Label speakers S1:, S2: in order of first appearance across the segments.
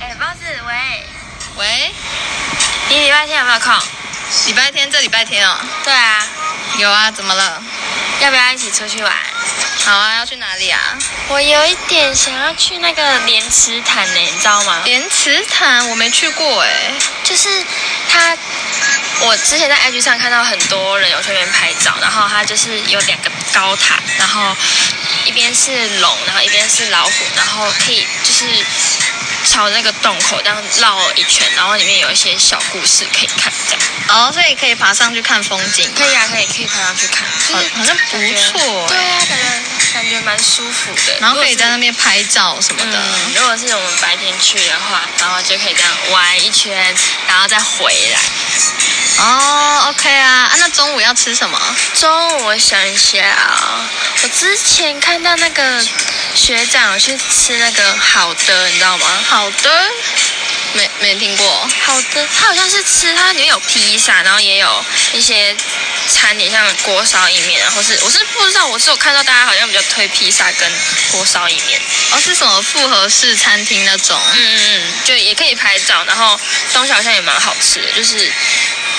S1: 哎
S2: 喂，
S1: 你礼拜天有没有空？
S2: 礼拜天这礼拜天哦，
S1: 对啊，
S2: 有啊，怎么了？
S1: 要不要一起出去玩？
S2: 好啊，要去哪里啊？
S1: 我有一点想要去那个莲池潭呢、你知道吗？
S2: 莲池潭我没去过哎、
S1: 就是它，我之前在 IG 上看到很多人有去那边拍照，然后它就是有两个高塔，然后一边是龙，然后一边是老虎，然后可以就是朝那个洞口这样绕一圈，然后里面有一些小故事可以看，这样
S2: 哦，所以可以爬上去看风景，
S1: 可以啊，可以可以爬上去看，
S2: 好
S1: 就是
S2: 好像不错
S1: 对
S2: 哎、
S1: 啊，感觉感觉蛮舒服的，
S2: 然后可以
S1: 如果
S2: 在
S1: 是
S2: 那边拍照什么的。
S1: 嗯，如果是我们白天去的话，然后就可以这样玩一圈，然后再回来。
S2: 哦，OK 啊，啊，那中午要吃什么？
S1: 中午我想一下啊、我之前看到那个学长有去吃那个好的，你知道吗？
S2: 好的，没没听过。
S1: 好的，他好像是吃它里面有披萨，然后也有一些餐点，像锅烧意面啊，或是我是不知道，我是有看到大家好像比较推披萨跟锅烧意面。
S2: 哦，是什么复合式餐厅那种？
S1: 嗯嗯，嗯，就也可以拍照，然后东西好像也蛮好吃的，就是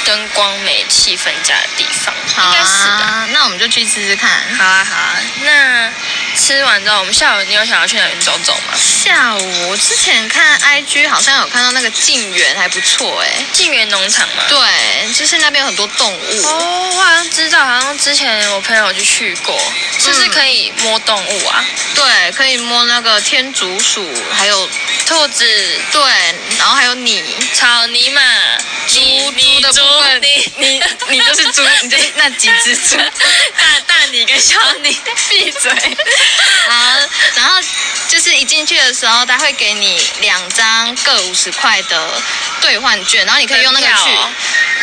S1: 灯光美、气氛佳的地方，应
S2: 好
S1: 该是的。
S2: 啊，那我们就去试试看。
S1: 好啊好啊，那吃完之后，我们下午你有想要去哪边走走吗？
S2: 下午我之前看 IG 好像有看到那个静园还不错哎、
S1: 晋园农场吗？
S2: 对，就是那边有很多动物。
S1: 哦，我好像知道，好像之前我朋友就去过，是不是
S2: 嗯
S1: 可以摸动物啊？
S2: 对，可以摸那个天竺鼠，还有
S1: 兔子、
S2: 对，然后还有你，
S1: 草泥马、
S2: 猪
S1: 你
S2: 猪的部分，
S1: 你猪
S2: 你你就 是猪，你就是那几只猪。
S1: 大大你跟小你，闭嘴。
S2: 好，然后就是一进去的时候，他会给你两张各五十块的兑换券，然后你可以用那个
S1: 门票
S2: 去
S1: 哦，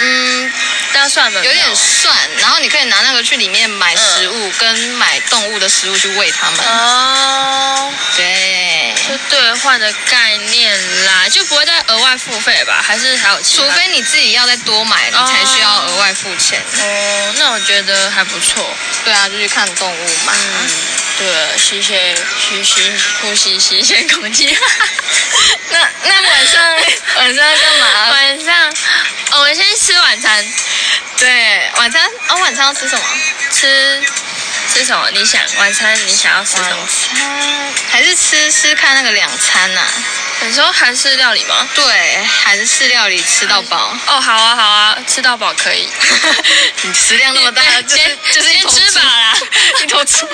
S2: 嗯，
S1: 那算了，
S2: 有点算，然后你可以拿那个去里面买
S1: 嗯
S2: 食物，跟买动物的食物去喂它们。
S1: 哦。
S2: 对，
S1: 就兑换的概念啦，就不会再额外付费吧？还是还有其他？
S2: 除非你自己要再多买，你才需要额外付钱。
S1: 哦，那我觉得还不错。
S2: 对啊，就去看动物嘛。
S1: 嗯，对，吸些吸吸呼吸吸些空气。
S2: 那那晚上 晚上要干嘛？
S1: 晚上、哦我们先吃晚餐，
S2: 对，晚餐哦，晚餐要吃什么？
S1: 吃吃什么？你想晚餐你想要吃什么？
S2: 餐还是吃吃看那个两餐呐、
S1: 你说韩式料理吗？
S2: 对，还是吃料理吃到饱。
S1: 哦，好啊，好啊，吃到饱可以。
S2: 你食 量那么大，就
S1: 先
S2: 是就是一
S1: 先
S2: 头
S1: 吃
S2: 猪
S1: 饱啦，
S2: 一头 猪，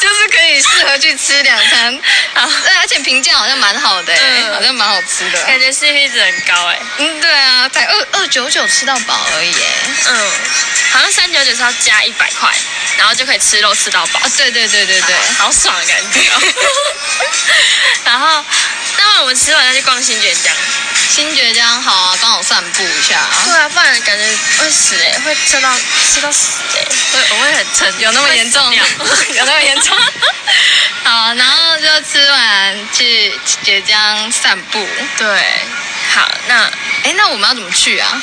S2: 就是可以适合去吃两餐。
S1: 好
S2: 对，而且评价好像蛮好的、欸
S1: 嗯
S2: 好像蛮好吃的。
S1: 感觉 CP 值很高哎、
S2: 哎嗯，对啊，才二二九九吃到饱而已欸耶。
S1: 嗯，好像三九九是要加一百块，然后就可以吃肉吃到饱。
S2: 啊，对对对对对
S1: 对，，好爽的感觉、 哦。然后，那我们吃完再去逛新觉江。
S2: 新觉江好啊，刚好散步一下啊。
S1: 对啊，不然感觉会死哎、会吃到吃到死哎、会我会很沉，
S2: 有那么严 重？有那么严重？好，然后就吃完去浙江散步。
S1: 对，好，那
S2: 哎，那我们要怎么去啊？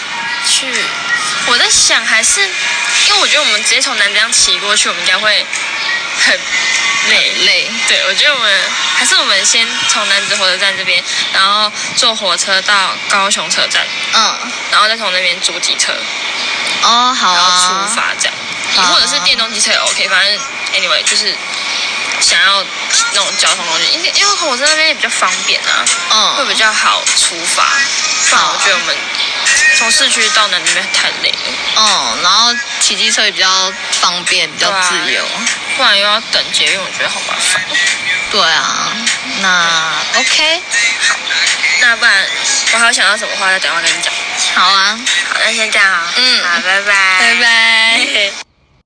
S1: 去，我在想还是，因为我觉得我们直接从南疆骑过去，我们应该会很累。
S2: 累。
S1: 对，我觉得我们还是我们先从南子火车站这边，然后坐火车到高雄车站，
S2: 嗯，
S1: 然后再从那边租机车，
S2: 哦，好
S1: 然后
S2: 啊。
S1: 出发这样，
S2: 好啊
S1: 或者是电动机车也 OK，反正 anyway 就是想要那种交通工具，因为因为火车那边也比较方便啊，会
S2: 嗯，
S1: 比较好出发。不然我觉得我们从市区到南那边太累了，
S2: 嗯，然后骑机车也比较方便，比较
S1: 啊
S2: 自由。
S1: 不然又要等捷运，我觉得好麻烦。
S2: 对啊，那 OK，
S1: 那不然我还有想到什么话再等一下跟你讲。
S2: 好啊，
S1: 好，那先这样啊，
S2: 嗯
S1: 好，拜拜，
S2: 拜拜。
S1: 拜。